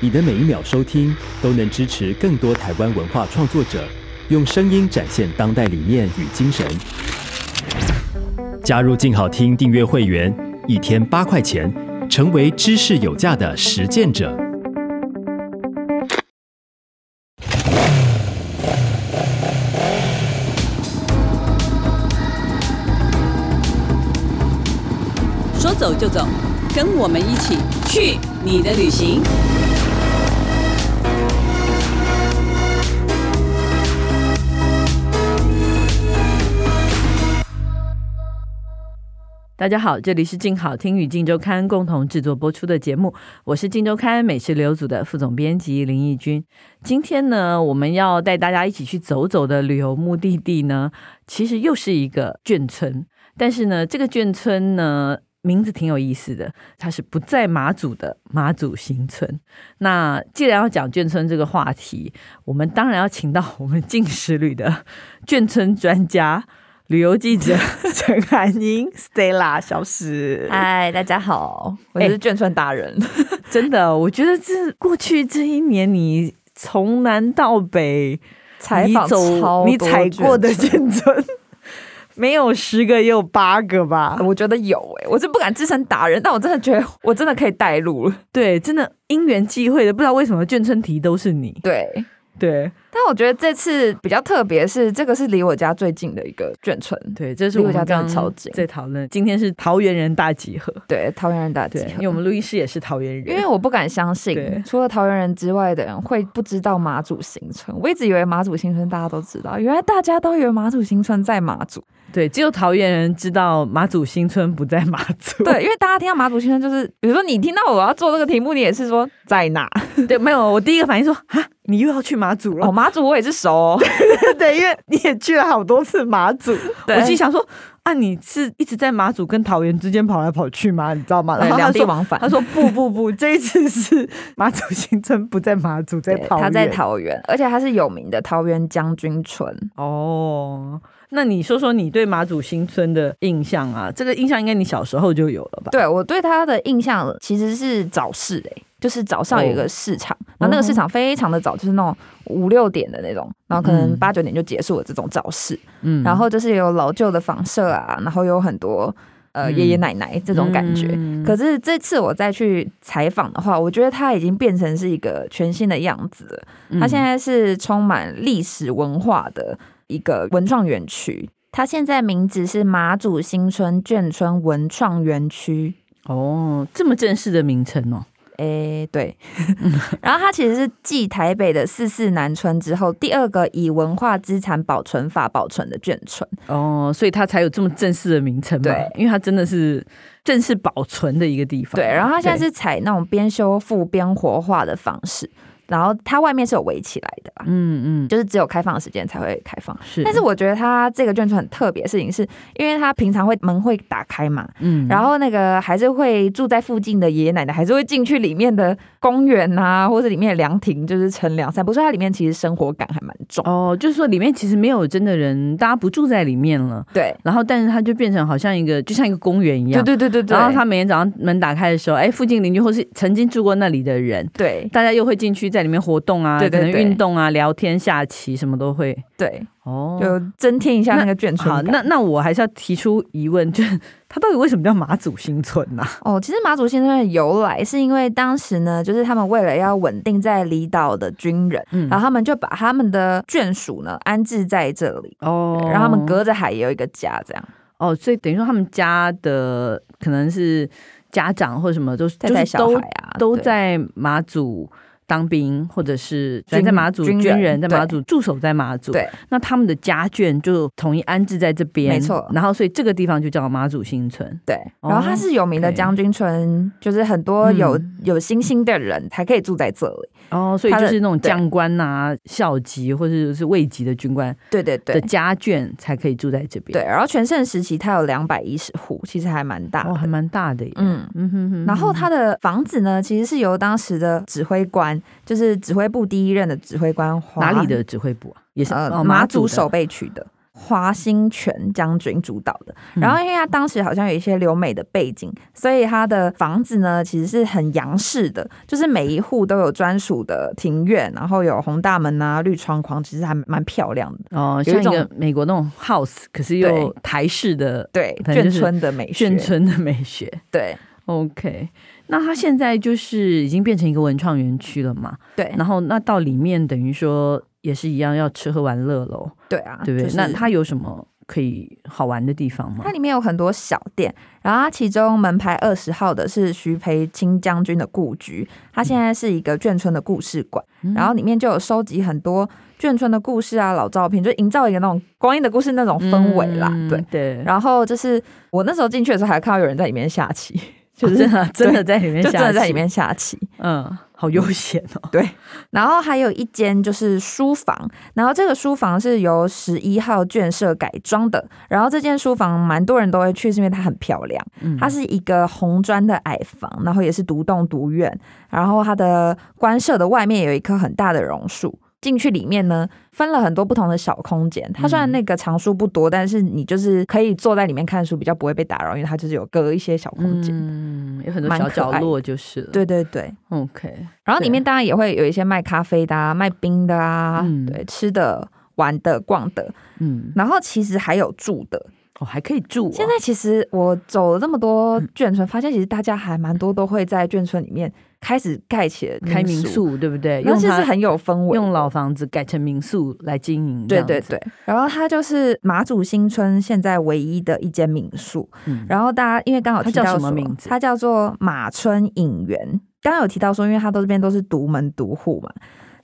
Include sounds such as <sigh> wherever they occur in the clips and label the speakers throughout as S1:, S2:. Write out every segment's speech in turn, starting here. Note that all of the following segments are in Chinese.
S1: 你的每一秒收听都能支持更多台湾文化创作者，用声音展现当代理念与精神。加入静好听订阅会员，一天八块钱，成为知识有价的实践者。
S2: 说走就走，跟我们一起去你的旅行。
S3: 大家好，这里是静好听与静周刊共同制作播出的节目，我是静周刊美食旅游组的副总编辑林义君。今天呢，我们要带大家一起去走走的旅游目的地呢，其实又是一个眷村，但是呢，这个眷村呢。名字挺有意思的，它是不在马祖的马祖新村。那既然要讲眷村这个话题，我们当然要请到我们静史旅的眷村专家、旅游记者 <laughs> 陈涵英 Stella 小史。
S4: 嗨，大家好，我
S3: 哎
S4: 是眷村
S3: <laughs>
S4: 达人。
S3: 真的，我觉得这过去这一年，你从南到北，
S4: 采
S3: 你
S4: 访
S3: 走
S4: 超
S3: 你
S4: 多
S3: 踩过的
S4: 眷
S3: 眷村，没有十个也有八个 <laughs> 吧？
S4: 我觉得有哎、我是不敢自称达人，但我真的觉得我真的可以带路了。
S3: 对，真的因缘际会的，不知道为什么眷村题都是你。
S4: 对，
S3: 对
S4: 但我觉得这次比较特别是，这个是离我家最近的一个眷村。
S3: 对，这是我
S4: 离我
S3: 们
S4: 家真的
S3: 刚
S4: 超近
S3: 在讨论，今天是桃园人大集合。
S4: 对，桃园人大集
S3: 对，因
S4: 合
S3: 为。我们录音室也是桃园人，
S4: 因为我不敢
S3: 对
S4: 相信，除了桃园人之外的人会不知道马祖新村。我一直以为马祖新村大家都知道，原来大家都以为马祖新村在马祖。
S3: <laughs> 对只有桃园人知道马祖新村不在马祖。
S4: 对，因为大家听到马祖新村，就是比如说你听到我要做这个题目，你也是说在哪？
S3: 对，没有，我第一个反 <laughs> 应说啊，你又要去马祖了
S4: 哦，。马祖我也是熟、哦。
S3: <laughs> 对，因为你也去了好多次马祖，
S4: 对
S3: 我心想说啊，你是一直在马祖跟桃园之间跑来跑去吗？你知道吗？然
S4: 对
S3: 后他
S4: 两地
S3: 说
S4: 往返
S3: 他说不不不，这一次是马祖新村不在马祖，在
S4: 对
S3: 桃园。
S4: 他在桃园，而且他是有名的桃园将军村。
S3: 哦。那你说说你对马祖新村的印象啊？这个印象应该你小时候就有了吧？
S4: 对我对他的印象其实是早市诶、就是早上有一个市场，然后那个市场非常的早，就是那种五六点的那种，然后可能
S3: 嗯
S4: 八九点就结束了这种早市。
S3: 嗯
S4: 然后就是有老旧的房舍啊，然后有很多呃
S3: 嗯
S4: 爷爷奶奶这种感觉。
S3: 嗯
S4: 可是这次我再去采访的话，我觉得它已经变成是一个全新的样子了。
S3: 嗯
S4: 它现在是充满历史文化的一个文创园区。它现在名字是马祖新村眷村文创园区。
S3: 哦，这么正式的名称哦，
S4: 诶，对，然后它其实是继台北的四四南村之后第二个以文化资产保存法保存的眷村。
S3: 哦，所以它才有这么正式的名称嘛？
S4: 对
S3: 因为它真的是正式保存的一个地方。
S4: 对，然后它现在是采那种边修复边活化的方式，然后它外面是有围起来的啦，
S3: 嗯嗯，
S4: 就是只有开放时间才会开放。
S3: 是，
S4: 但是我觉得它这个眷村很特别的事情是，因为它平常会门会打开嘛，
S3: 嗯
S4: 然后那个还是会住在附近的爷爷奶奶还是会进去里面的公园啊，或者里面的凉亭，就是乘凉散步。所以它里面其实生活感还蛮重。
S3: 哦，就是说里面其实没有真的人，大家不住在里面了。
S4: 对，
S3: 然后，但是它就变成好像一个，就像一个公园一
S4: 对
S3: 样。
S4: 对对对对。
S3: 然后他每天早上门打开的时候，哎，附近邻居或是曾经住过那里的人，
S4: 对
S3: 大家又会进去在里面活动啊，
S4: 对对
S3: 可能
S4: 对
S3: 运动啊、聊天、下棋什么都会。
S4: 对，
S3: 哦，
S4: 就增添一下那个眷村
S3: 好，
S4: 感。
S3: 那那我还是要提出疑问，就是它到底为什么叫马祖新村啊呐、
S4: 哦，其实马祖新村的由来是因为当时呢，就是他们为了要稳定在离岛的军人，
S3: 嗯
S4: 然后他们就把他们的眷属呢安置在这里，
S3: 哦
S4: 然后他们隔着海也有一个家，这样
S3: 哦，所以等于说他们家的可能是家长或什么都是
S4: 在
S3: 就
S4: 带
S3: 是
S4: 小
S3: 都
S4: 孩啊，
S3: 都
S4: 对
S3: 在马祖当兵，或者是
S4: 军
S3: 在马祖
S4: 军
S3: 军人，
S4: 人
S3: 在马祖驻守在马祖。
S4: 对，
S3: 那他们的家眷就统一安置在这边，
S4: 没错
S3: 然后所以这个地方就叫马祖新村。
S4: 对。
S3: 哦
S4: 然后它是有名的
S3: OK
S4: 将军村，就是很多有、
S3: 嗯
S4: 有星星的人才可以住在这里。
S3: 哦，所以就是那种
S4: 对
S3: 将官呐、校级或者是尉级的军官
S4: 对对
S3: 的
S4: 对
S3: 家眷才可以住在这边。
S4: 对。，然后全盛时期它有两百一十户，其实还蛮大
S3: 哦，还
S4: 的。
S3: 蛮大的耶。
S4: 嗯，
S3: 嗯哼哼
S4: 然后他的房子呢，其实是由当时的指挥官，就是指挥部第一任的指挥官华
S3: 哪里的指挥部啊？也是、
S4: 呃
S3: 哦、
S4: 马
S3: 祖
S4: 祖
S3: 的
S4: 守备区的。华兴全将军主导的。
S3: 嗯
S4: 然后，因为他当时好像有一些留美的背景，所以他的房子呢其实是很洋式的，就是每一户都有专属的庭院，然后有红大门啊、绿窗框，其实还蛮漂亮的。
S3: 哦，
S4: 有
S3: 像
S4: 一
S3: 一
S4: 种
S3: 个美国那种 house，可是又
S4: 对
S3: 台式的
S4: 对，
S3: 反正就
S4: 眷
S3: 是
S4: 村的美学，
S3: 眷村的美学。
S4: 对
S3: OK，那它现在就是已经变成一个文创园区了嘛？
S4: 对
S3: 然后那到里面等于说也是一样要吃喝玩乐喽，
S4: 对啊，
S3: 对不对？
S4: 就是
S3: 那它有什么可以好玩的地方吗
S4: 它？里面有很多小店，然后它其中门牌二十号的是徐培清将军的故居，它现在是一个眷村的故事馆，
S3: 嗯
S4: 然后里面就有收集很多眷村的故事啊、老照片，就营造一个那种光阴的故事那种氛围啦。
S3: 嗯
S4: 对，
S3: 对，
S4: 然后就是我那时候进去的时候，还看到有人在里面下棋，
S3: 就
S4: 就是
S3: 真的 <laughs> 真的在里面
S4: <laughs> 就
S3: 下，
S4: 真的在里，面下棋。
S3: 嗯，好悠闲哦。
S4: 然后还有一间就是书房，然后这个书房是由十一号眷舍改装的，然后这间书房蛮多人都会去，是因为它很漂亮。
S3: 嗯
S4: 它是一个红砖的矮房，然后也是独栋独院，然后它的官舍的外面有一棵很大的榕树。进去里面呢，分了很多不同的小空间。它虽然那个长数不多，但是你就是可以坐在里面看书，比较不会被打扰，因为它就是有隔一些小空间。
S3: 嗯，有很多
S4: 蛮
S3: 小
S4: 可
S3: 角
S4: 爱
S3: 落就是了。
S4: 对对对，
S3: ，OK，
S4: 然后里面当然也会有一些卖咖啡的、啊、卖冰的啊，
S3: 嗯
S4: 对，吃的、玩的、逛的，
S3: 嗯，
S4: 然后其实还有住的。
S3: 哦，还可以住、哦。
S4: 现在其实我走了这么多
S3: 嗯
S4: 眷村，发现其实大家还蛮多都会在眷村里面开始盖起了
S3: 开民，宿，对不对？
S4: 那
S3: 用
S4: 其实
S3: 它
S4: 很有氛围。
S3: 用老房子改成民宿来经营，
S4: 对对对，然后它就是马祖新村现在唯一的一间民宿。
S3: 嗯
S4: 然后大家因为刚好提到
S3: 它叫什
S4: 说
S3: 么名字
S4: 它叫做马村影园。刚刚有提到说，因为它都这边都是独门独户嘛，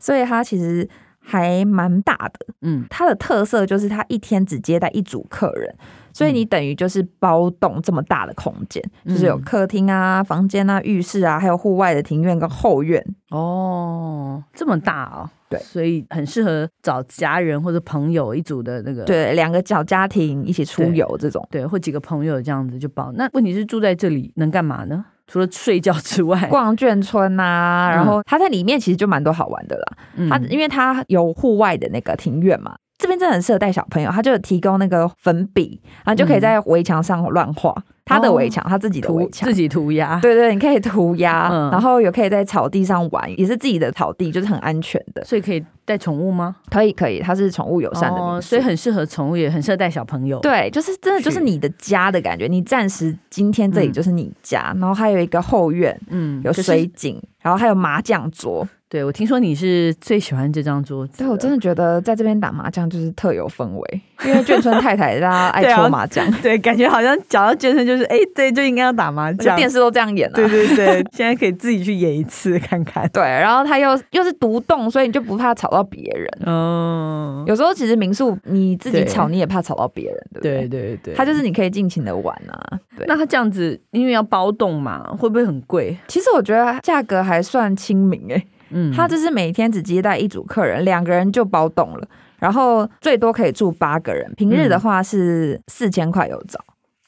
S4: 所以它其实还蛮大的。
S3: 嗯，
S4: 它的特色就是它一天只接待一组客人，所以你等于就是包栋这么大的空间，
S3: 嗯
S4: 就是有客厅啊、房间啊、浴室啊，还有户外的庭院跟后院。
S3: 哦，这么大哦，
S4: 对
S3: 所以很适合找家人或者朋友一组的那个，
S4: 对，两个小家庭一起出
S3: 对
S4: 游这种。
S3: 对，或几个朋友这样子就包。那问题是住在这里能干嘛呢？除了睡觉之
S4: <laughs>
S3: 外，
S4: 逛眷村啊，
S3: 嗯
S4: 然后它在里面其实就蛮多好玩的啦。
S3: 嗯
S4: 它因为它有户外的那个庭院嘛，这边真的很适合带小朋友。它就有提供那个粉笔，然后就可以在围墙上乱画。它的围墙，它自己的围
S3: 涂
S4: 墙
S3: 嗯自。己涂鸦，
S4: <laughs> 对对，你可以涂鸦，
S3: 嗯
S4: 然后也可以在草地上玩，也是自己的草地，就是很安全的。
S3: 所以可以带宠物吗？哦
S4: 可以可以，它是宠物友善的民宿、
S3: 所以很适合宠物，也很适合带小朋友。，
S4: 对，就是真的就是
S3: 去
S4: 你的家的感觉。你暂时今天这里就是你家，然后还有一个后院，
S3: 嗯，
S4: 有
S3: 可是
S4: 水井，然后还有麻将桌。
S3: 对我听说你是最喜欢这张桌子，
S4: 对，我真的觉得在这边打麻将就是特有氛围，因为眷村太太大家
S3: <laughs>
S4: 爱
S3: 对啊
S4: 搓麻将，
S3: 对，感觉好像讲到健身就是，哎，对，就应该要打麻
S4: 而且
S3: 将。 <laughs>
S4: 电视都这样演了、
S3: 对
S4: 啊。
S3: 对对，现在可以自己去演一次看看。
S4: 对，然后他又又是独栋，所以你就不怕吵到别人。
S3: 嗯，
S4: 有时候其实民宿你自己
S3: 对
S4: 吵，你也怕吵到别人，对不
S3: 对
S4: 对？
S3: 对对，嗯
S4: 他就是你可以尽情的玩啊。对，
S3: 那他这样子，因为要包栋嘛，会不会很贵？
S4: 其实我觉得价格还算亲民诶、
S3: 嗯
S4: 他就是每天只接待一组客人，两个人就包栋了，然后最多可以住八个人。平日的话是四千块有找，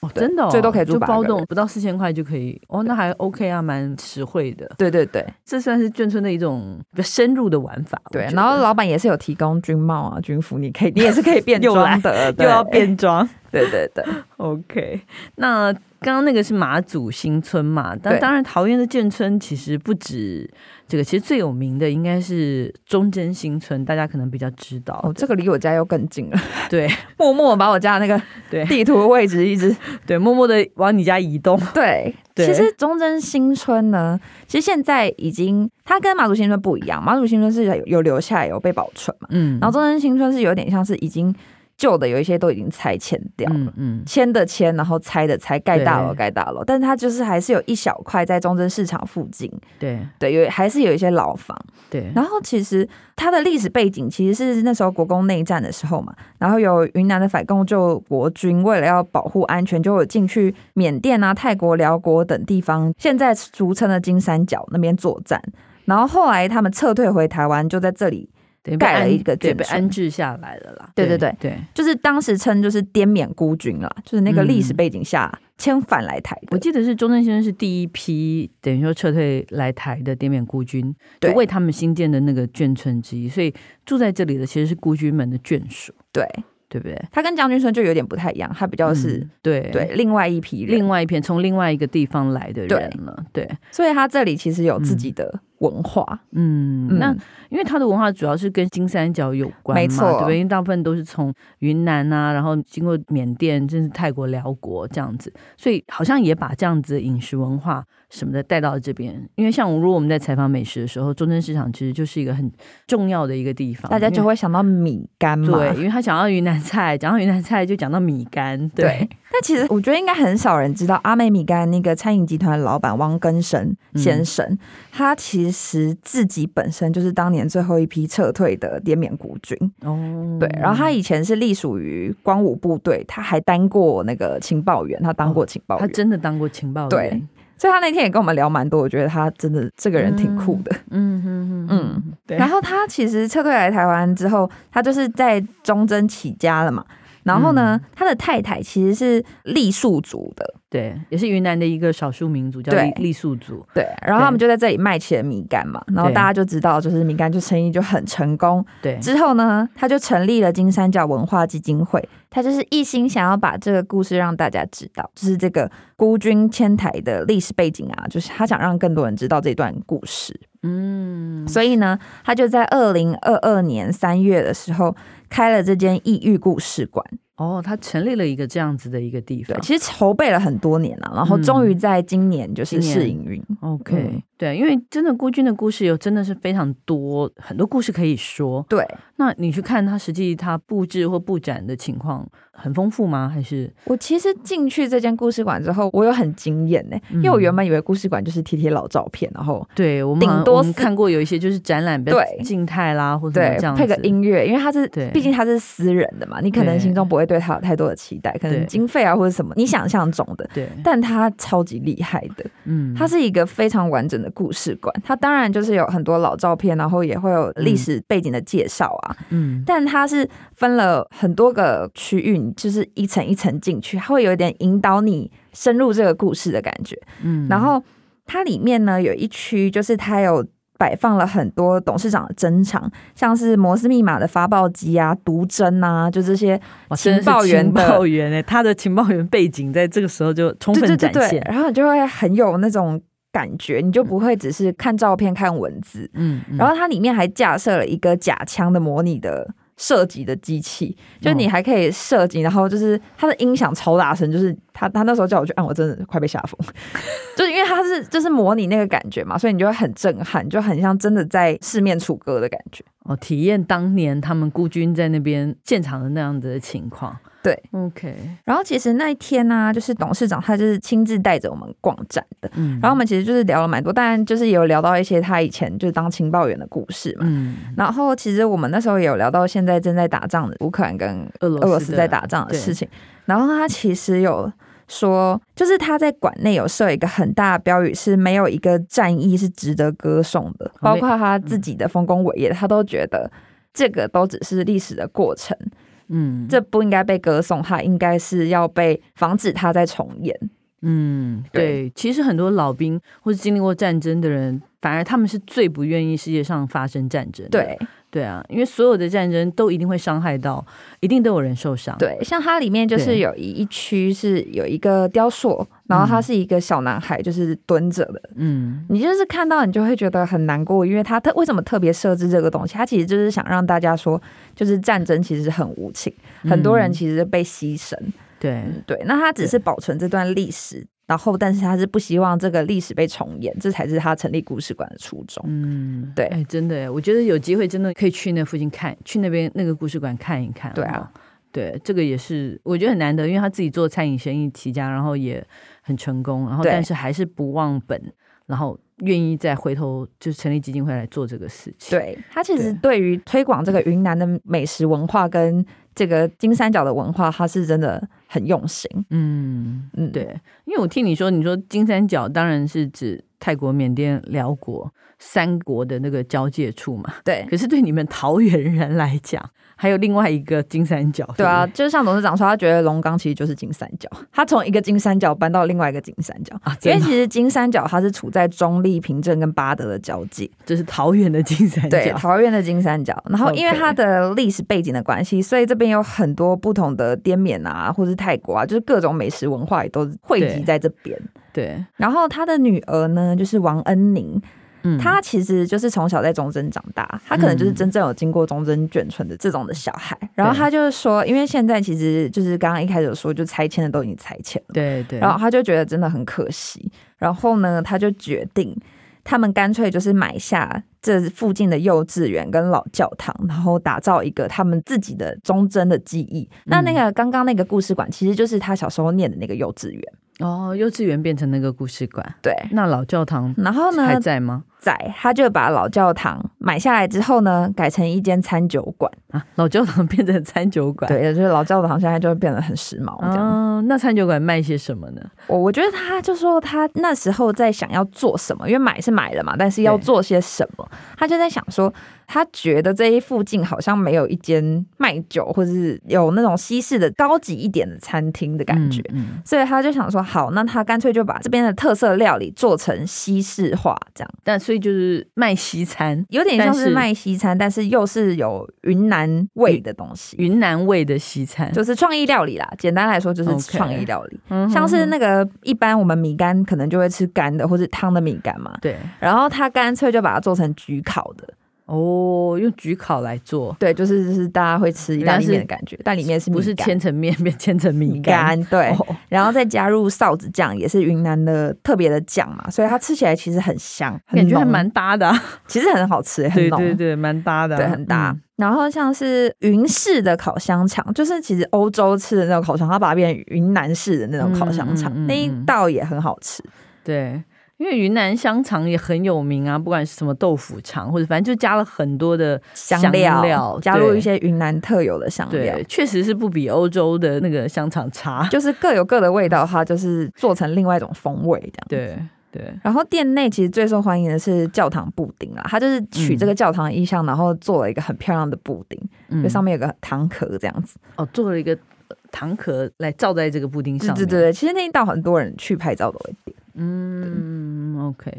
S3: 哦，
S4: 对
S3: 真的哦
S4: 最多可以住
S3: 就
S4: 八个
S3: 包栋
S4: 人
S3: 不到四千块就可以哦，那还 OK 啊，蛮实惠的。
S4: 对对对
S3: 这算是眷村的一种比较深入的玩法。
S4: 对
S3: 我。觉
S4: 然后
S3: 得
S4: 老板也是有提供军帽啊、军服，你可以 <laughs> 你也是可以变
S3: 又来
S4: 装的，
S3: 又要
S4: 对
S3: 变装。
S4: 对对对
S3: <laughs> OK，那刚刚那个是马祖新村嘛，但
S4: 对
S3: 当然桃园的眷村其实不止这个，其实最有名的应该是忠贞新村，大家可能比较知道。
S4: 哦，这个离我家又更近了。
S3: <laughs> 对
S4: 默默把我家的那个
S3: 对
S4: 地图位置一直
S3: 对，默默的往你家移动。
S4: 对。
S3: 对
S4: 其实忠贞新村呢，其实现在已经它跟马祖新村不一样，马祖新村是有有留下来有被保存嘛，
S3: 嗯
S4: 然后忠贞新村是有点像是已经旧的，有一些都已经拆迁掉了。
S3: 嗯嗯，
S4: 迁的迁，然后拆的拆，盖大楼
S3: 对
S4: 盖大楼，但是它就是还是有一小块在中正市场附近，
S3: 对
S4: 对，有还是有一些老房。
S3: 对，
S4: 然后其实它的历史背景其实是那时候国共内战的时候嘛，然后有云南的反共救国军为了要保护安全，就有进去缅甸啊、泰国、辽国等地方，现在俗称的金三角那边作战。然后后来他们撤退回台湾，就在这里，
S3: 对
S4: 盖
S3: 被
S4: 了
S3: 安
S4: 一个
S3: 对
S4: 眷
S3: 被
S4: 村
S3: 安置下来了啦。
S4: 对对对
S3: 对，
S4: 就是当时称就是滇缅孤军啦，就是那个历史背景下迁返来台
S3: 嗯我
S4: 的。
S3: 记得是忠贞先生是第一批等于说撤退来台的滇缅孤军，就
S4: 对
S3: 为他们新建的那个眷村之一，所以住在这里的其实是孤军们的眷属。
S4: 对，
S3: 对不对？
S4: 它跟将军村就有点不太一样，它比较是、
S3: 嗯对
S4: 对另外一批人，
S3: 另外一片从另外一个地方来的
S4: 对
S3: 人了，对，
S4: 所以它这里其实有自己的文化。
S3: 嗯，
S4: 嗯
S3: 那因为它的文化主要是跟金三角有关嘛，
S4: 没错
S3: 对不对？因为大部分都是从云南啊，然后经过缅甸，甚至泰国、辽国这样子，所以好像也把这样子的饮食文化什么的带到这边。因为像如果我们在采访美食的时候，中正市场其实就是一个很重要的一个地方，
S4: 大家
S3: 因为
S4: 就会想到米干嘛？
S3: 对，因为他讲到云南菜，讲到云南菜就讲到米干，对，
S4: 对但其实我觉得应该很少人知道，阿美米干那个餐饮集团老板汪根生先生，
S3: 嗯
S4: 他其实自己本身就是当年最后一批撤退的滇缅孤军。
S3: 哦，
S4: 对，然后他以前是隶属于光武部队，他还当过那个情报员，他当过情报
S3: 哦他
S4: 员，
S3: 真的当过情报员，
S4: 对所以他那天也跟我们聊蛮多。我觉得他真的这个人挺酷的，
S3: 嗯哼哼，
S4: 嗯
S3: 嗯，对
S4: 然后他其实撤退来台湾之后，他就是在忠贞起家了嘛。然后呢，
S3: 嗯
S4: 他的太太其实是傈僳族的，
S3: 对，也是云南的一个少数民族叫
S4: 对
S3: 傈僳族，
S4: 对。然后他们就在这里卖起了米干嘛，然后
S3: 对
S4: 大家就知道，就是米干就生意就很成功。
S3: 对，
S4: 之后呢，他就成立了金三角文化基金会，他就是一心想要把这个故事让大家知道，就是这个孤军迁台的历史背景啊，就是他想让更多人知道这段故事。
S3: 嗯，
S4: 所以呢，他就在二零二二年三月的时候开了这间异域故事馆。
S3: 哦，他成立了一个这样子的一个地
S4: 对
S3: 方，
S4: 其实筹备了很多年了、然后终于在今年就
S3: 啊嗯
S4: 是
S3: 今年
S4: 试营运。
S3: ，OK，、
S4: 嗯
S3: 对，因为真的孤军的故事有真的是非常多，很多故事可以说。
S4: 对，
S3: 那你去看他实际他布置或布展的情况很丰富吗？还是
S4: 我其实进去这间故事馆之后，我有很惊艳呢，因为
S3: 嗯
S4: 我原本以为故事馆就是贴贴老照片，然后
S3: 对我们
S4: 顶
S3: 好像
S4: 多
S3: 我们
S4: 是
S3: 看过有一些就是展览比较
S4: 对
S3: 静态啦，或者
S4: 对
S3: 这样
S4: 配个
S3: 子，
S4: 音乐，因为它是
S3: 对
S4: 毕竟它是私人的嘛，你可能
S3: 对
S4: 心中不会对它有太多的期待，可
S3: 对
S4: 能经费啊或者什么你想象中的。
S3: 对，
S4: 但它超级厉害的，
S3: 嗯，
S4: 它是一个非常完整的故事馆。它当然就是有很多老照片，然后也会有历史背景的介绍啊。
S3: 嗯
S4: 但它是分了很多个区域，你就是一层一层进去，它会有一点引导你深入这个故事的感觉。
S3: 嗯
S4: 然后它里面呢有一区，就是它有摆放了很多董事长的珍藏，像是摩斯密码的发报机啊、毒针啊，就这些
S3: 哇真的是
S4: 情报员
S3: 情
S4: 的
S3: 报员哎、他的情报员背景在这个时候就充分展现，
S4: 然后你就会很有那种感觉，你就不会只是看照片、看文字。
S3: 嗯，嗯
S4: 然后它里面还架设了一个假枪的模拟的。射击的机器，就是你
S3: 哦
S4: 还可以射击，然后就是它的音响超大声，就是他他那时候叫我去按，我真的快被吓疯， <laughs> 就是因为它是就是模拟那个感觉嘛，所以你就会很震撼，就很像真的在四面楚歌的感觉。
S3: 哦，体验当年他们孤军在那边现场的那样子的情况。
S4: 对
S3: ，OK，
S4: 然后其实那一天呢、就是董事长他就是亲自带着我们逛展的，
S3: 嗯
S4: 然后我们其实就是聊了蛮多，当然就是也有聊到一些他以前就是当情报员的故事嘛。
S3: 嗯，
S4: 然后其实我们那时候也有聊到现在正在打仗的乌克兰跟
S3: 俄罗
S4: 俄罗
S3: 斯
S4: 斯
S3: 的
S4: 在打仗的事情。然后他其实有说，就是他在馆内有设一个很大的标语，是没有一个战役是值得歌颂的，
S3: 好
S4: 包
S3: 哦没嗯
S4: 括他自己的丰功伟业，他都觉得。这个都只是历史的过程，
S3: 嗯，
S4: 这不应该被歌颂，它应该是要被防止它再重演。
S3: 嗯，对，其实很多老兵或是经历过战争的人，反而他们是最不愿意世界上发生战争的。
S4: 对
S3: 对啊，因为所有的战争都一定会伤害到，一定都有人受伤。，
S4: 对，像它里面就是
S3: 哦对
S4: 有一一区是有一个雕塑，然后他
S3: 嗯
S4: 是一个小男孩，就是蹲着的，
S3: 嗯，
S4: 你就是看到你就会觉得很难过，因为他特为什么特别设置这个东西？他其实就是想让大家说，就是战争其实很无情，很多人
S3: 嗯
S4: 其实被牺牲。
S3: 对，
S4: 对，那他只是保存这段历史，然后但是他是不希望这个历史被重演，这才是他成立故事馆的初衷。
S3: 嗯，
S4: 对
S3: 哎，真的耶，我觉得有机会真的可以去那附近看，去那边那个故事馆看一看。
S4: 对啊
S3: 哦，对，这个也是我觉得很难得，因为他自己做餐饮生意起家，然后也很成功，然后
S4: 对
S3: 但是还是不忘本，然后愿意再回头就成立基金会来做这个事情。，
S4: 对他其实对于推广这个云南的美食文化跟这个金三角的文化，他是真的很用心。
S3: 嗯，
S4: 嗯，
S3: 对，因为我听你说，你说金三角当然是指泰国、缅甸、辽国三国的那个交界处嘛。
S4: 对
S3: 可是对你们桃园人来讲，还有另外一个金三角，
S4: 对啊，
S3: 不
S4: 就是像董事长说，他觉得龙岗其实就是金三角，他从一个金三角搬到另外一个金三角，
S3: 啊，
S4: 因
S3: 真
S4: 为
S3: 的
S4: 其实金三角它是处在中立、平镇跟巴德的交界，
S3: 这是桃园的金三角，
S4: 对，桃园的金三角。然后因为
S3: OK
S4: 它的历史背景的关系，所以这边有很多不同的滇缅啊，或是泰国啊，就是各种美食文化也都汇集
S3: 对
S4: 在这边。
S3: 对，
S4: 然后他的女儿呢，就是王恩宁，
S3: 嗯
S4: 她其实就是从小在忠贞长大，她可能就是真正有经过忠贞眷村的这种的小孩。然后她就是说，因为现在其实就是刚刚一开始有说，就拆迁的都已经拆迁了，
S3: 对对，
S4: 然后她就觉得真的很可惜。然后呢，她就决定，他们干脆就是买下这附近的幼稚园跟老教堂，然后打造一个他们自己的忠贞的记忆。那那
S3: 嗯
S4: 个刚刚那个故事馆，其实就是她小时候念的那个幼稚园。
S3: 哦，幼稚园变成那个故事馆，
S4: 对。
S3: 那老教堂
S4: 然后呢
S3: 还，在吗？
S4: 仔，他就把老教堂买下来之后呢，改成一间餐酒馆。
S3: 啊，老教堂变成餐酒馆，
S4: 对，也就是老教堂现在就变得很时髦这样。
S3: 哦，那餐酒馆卖些什么呢？
S4: 我、我觉得他就说他那时候在想要做什么，因为买是买了嘛，但是要
S3: 对
S4: 做些什么，他就在想说，他觉得这一附近好像没有一间卖酒或是有那种西式的高级一点的餐厅的感觉。
S3: 嗯，嗯
S4: 所以他就想说，好，那他干脆就把这边的特色料理做成西式化，这样
S3: 但所以就是卖西餐，
S4: 有点像
S3: 但
S4: 是
S3: 是
S4: 卖西餐，但是又是有云南味的东西，
S3: 云南味的西餐，
S4: 就是创意料理啦。简单来说，就是
S3: OK
S4: 创意料理。
S3: 嗯
S4: 像是那个一般我们米干可能就会吃干的或者汤的米干嘛，
S3: 对
S4: 然后他干脆就把它做成焗烤的，
S3: 哦，用焗烤来做，
S4: 对，就是就是大家会吃意大利面的
S3: 人
S4: 感觉，但里面是米
S3: 不
S4: 干
S3: 是千层面变千层米
S4: 米
S3: 干？
S4: 干对，
S3: 哦
S4: 然后再加入臊子酱，也是云南的特别的酱嘛，所以它吃起来其实很香，很
S3: 感觉还
S4: 浓
S3: 蛮搭的啊、
S4: 其实很好吃，很
S3: 对
S4: 浓，
S3: 对对，蛮搭的啊、
S4: 对，很搭。
S3: 嗯
S4: 然后像是云式的烤香肠，就是其实欧洲吃的那种烤肠，它把它变成云南式的那种烤香肠，
S3: 嗯嗯嗯嗯
S4: 那一道也很好吃。
S3: 对，因为云南香肠也很有名啊，不管是什么豆腐肠，或者反正就加了很多的
S4: 料
S3: 料
S4: 加入一。
S3: 对
S4: 些云南特有的香料
S3: 对，，确实是不比欧洲的那个香肠差。
S4: 就是各有各的味道，它就是做成另外一种风味这样。。
S3: 对对，
S4: 然后店内其实最受欢迎的是教堂布丁啦，它就是取这个教堂意象，然后做了一个很漂亮的布丁，
S3: 嗯
S4: 就上面有个糖壳这样子。
S3: 哦，做了一个呃糖壳来罩在这个布丁
S4: 对
S3: 上
S4: 对
S3: 面。
S4: 对对，其实那一道很多人去拍照都会点。
S3: 嗯，OK。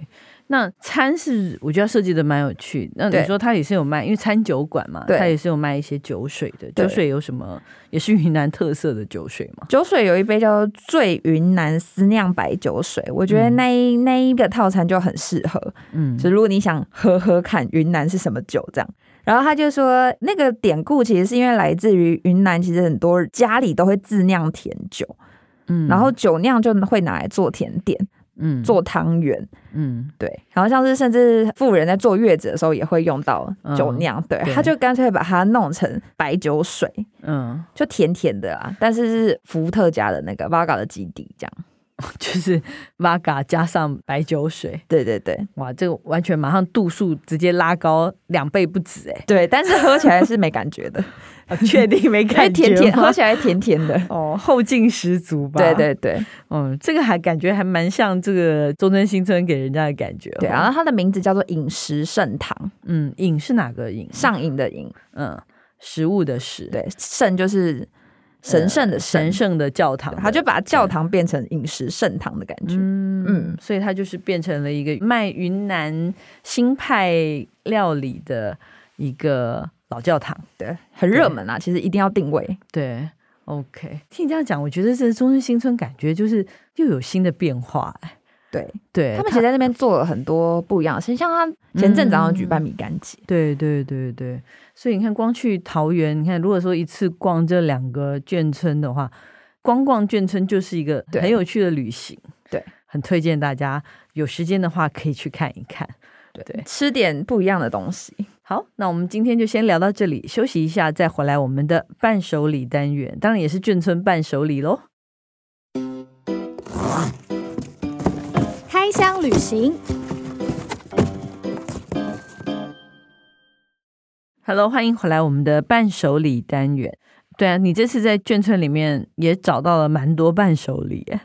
S3: 那餐是我觉得设计的蛮有趣。那你
S4: 对
S3: 说它也是有卖，因为餐酒馆嘛，
S4: 对
S3: 它也是有卖一些酒水的。
S4: 对
S3: 酒水有什么？也是云南特色的酒水嘛。
S4: 酒水有一杯叫做“醉云南私酿白酒水”，我觉得那一、那一个套餐就很适合。
S3: 嗯
S4: 就，是如果你想喝喝看云南是什么酒这样，然后他就说那个典故其实是因为来自于云南，其实很多家里都会自酿甜酒，
S3: 嗯
S4: 然后酒酿就会拿来做甜点、
S3: 嗯
S4: 做汤圆，
S3: 嗯
S4: 对。然后像是甚至富人在坐月子的时候也会用到酒酿，对，
S3: 嗯对
S4: 他就干脆把它弄成白酒水，
S3: 嗯，
S4: 就甜甜的啊，但是是伏特加的那个 v 嘎 g a 的基底这样。
S3: 就是 Vaga 加上白酒水，
S4: 对对对
S3: 哇，这个完全马上度数直接拉高两倍不止哎、
S4: 对，但是喝起来是没感觉的， <laughs>
S3: 啊确定没
S4: 因
S3: <laughs>
S4: 为
S3: 感觉
S4: 甜甜，
S3: 吗
S4: 喝起来甜甜的。
S3: 哦，后劲十足吧？
S4: 对对对
S3: 嗯，这个还感觉还蛮像这个中正新村给人家的感觉。哦
S4: 对，啊然，后它的名字叫做饮食盛堂，
S3: 嗯，瘾是哪个瘾？
S4: 上瘾的瘾，
S3: 嗯，食物的食，
S4: 对，盛就是神圣的
S3: 神
S4: 嗯神，
S3: 圣的教堂
S4: 对
S3: 的，
S4: 它就把教堂变成饮食盛堂的感觉。
S3: 嗯
S4: 嗯
S3: 所以它就是变成了一个卖云南新派料理的一个老教堂。
S4: 对，很热门啊，其实一定要定位。
S3: 对，OK，听你这样讲，我觉得这中正新村感觉就是又有新的变化、哎
S4: 对
S3: 对，
S4: 他们其实在那边做了很多不一样的事，像他前阵子好像举办米干节，
S3: 对对对对，所以你看，光去桃园，你看，如果说一次逛这两个眷村的话，光逛眷村就是一个
S4: 对
S3: 很有趣的旅行，
S4: 对，
S3: 很推荐大家有时间的话可以去看一看。对
S4: 嗯吃点不一样的东西。
S3: 好，那我们今天就先聊到这里，休息一下再回来我们的伴手礼单元，当然也是眷村伴手礼喽。
S5: 开箱旅行，
S3: Hello，欢迎回来我们的伴手礼单元。对啊，你这次在眷村里面也找到了蛮多伴手礼耶，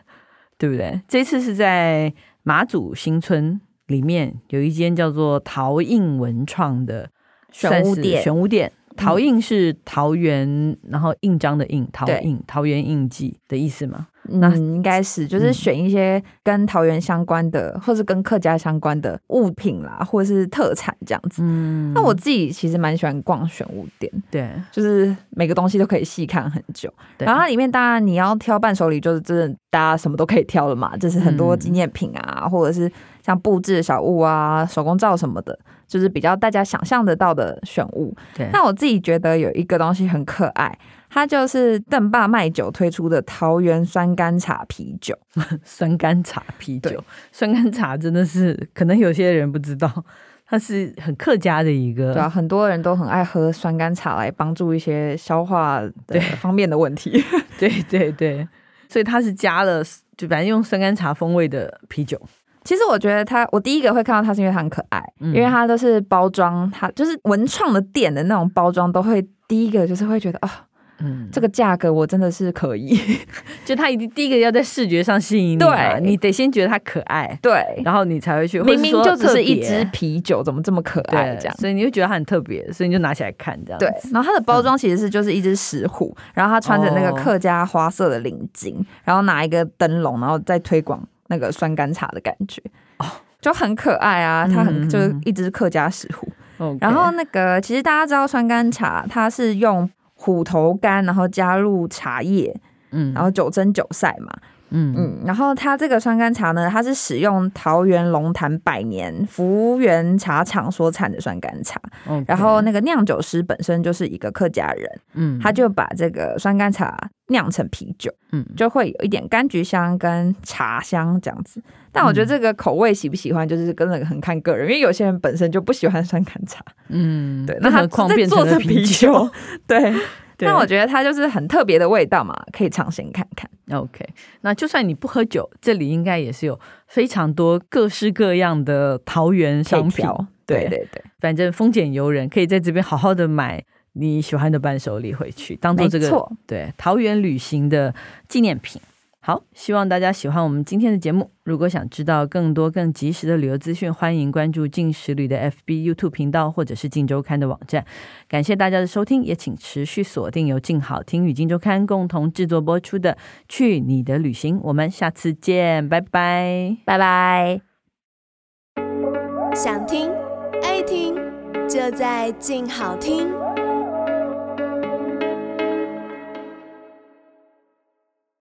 S3: 对不对？这次是在马祖新村里面有一间叫做陶印文创的
S4: 玄
S3: 算
S4: 武
S3: 是
S4: 店嗯
S3: 玄武店。陶印是桃园，然后印章的印，陶
S4: 对
S3: 印，桃园印记的意思吗？
S4: 那、嗯、应该是就是
S3: 嗯
S4: 选一些跟桃园相关的，或是跟客家相关的物品啦，或是特产这样子。
S3: 嗯
S4: 那我自己其实蛮喜欢逛玄武店，
S3: 对
S4: 就是每个东西都可以细看很久。
S3: 对，
S4: 然后它里面当然你要挑伴手礼，就是真的大家什么都可以挑了嘛，就是很多
S3: 嗯
S4: 纪念品啊，或者是像布置的小物啊、手工皂什么的，就是比较大家想象得到的选物。
S3: 对，
S4: 那我自己觉得有一个东西很可爱，它就是邓爸卖酒推出的桃园酸甘茶啤酒。
S3: 酸甘茶啤酒
S4: 对，
S3: 酸甘茶真的是可能有些人不知道，它是很客家的一个，
S4: 对啊，很多人都很爱喝酸甘茶来帮助一些消化的
S3: 对
S4: 方面的问题。 <laughs>
S3: 对对对，所以它是加了，就反正用酸甘茶风味的啤酒，
S4: 其实我觉得它，我第一个会看到它是因为它很可爱，
S3: 嗯
S4: 因为它都是包装，它就是文创的店的那种包装，都会第一个就是会觉得啊、
S3: 嗯，
S4: 这个价格我真的是可以。 <laughs>
S3: 就它一定第一个要在视觉上吸引你嘛，
S4: 对
S3: 你得先觉得它可爱，
S4: 对，
S3: 然后你才会去，
S4: 明明
S3: 或
S4: 就
S3: 者说
S4: 只
S3: 特
S4: 是
S3: 别
S4: 一支啤酒，怎么这么可爱
S3: 对
S4: 这样，？
S3: 所以你就觉得它很特别，所以你就拿起来看这样子，
S4: 对，然后它的包装其实是就是一只石虎，然后它穿着那
S3: 哦
S4: 个客家花色的领巾，然后拿一个灯笼，然后再推广那个酸甘茶的感觉，就很可爱啊！它很、
S3: 哦嗯
S4: 就是一只客家石虎，
S3: OK，
S4: 然后那个其实大家知道酸甘茶，它是用虎头柑，然后加入茶叶，
S3: 嗯
S4: 然后九蒸九晒嘛，
S3: 嗯嗯
S4: 嗯，然后它这个酸甘茶呢，它是使用桃园龙潭百年福源茶厂所产的酸甘茶，
S3: ，OK，
S4: 然后那个酿酒师本身就是一个客家人，
S3: 嗯
S4: 他就把这个酸甘茶酿成啤酒，
S3: 嗯
S4: 就会有一点柑橘香跟茶香这样子。但我觉得
S3: 嗯
S4: 这个口味喜不喜欢，就是跟那个很看个人，因为有些人本身就不喜欢酸甘茶，
S3: 嗯，
S4: 对，那
S3: 那
S4: 它
S3: 何况
S4: 在
S3: 变
S4: 做
S3: 成
S4: 成
S3: 了
S4: 啤
S3: 啤
S4: 酒 <laughs>
S3: 酒，，
S4: 对。
S3: 对 <laughs>
S4: 但我觉得它就是很特别的味道嘛，可以尝鲜看看。
S3: OK，那就算你不喝酒，这里应该也是有非常多各式各样的桃园
S4: 可以
S3: 商品。
S4: 调，对对对，
S3: 反正丰俭由人，可以在这边好好的买你喜欢的伴手礼回去，当做
S4: 没
S3: 这个
S4: 错。
S3: 对桃园旅行的纪念品。好，希望大家喜欢我们今天的节目。如果想知道更多更及时的旅游资讯，欢迎关注静时旅的 FB、YouTube 频道或者是静周刊的网站。感谢大家的收听，也请持续锁定由静好听与静周刊共同制作播出的《去你的旅行》，我们下次见，拜拜。
S4: 拜拜。
S5: 想听爱听，就在静好听。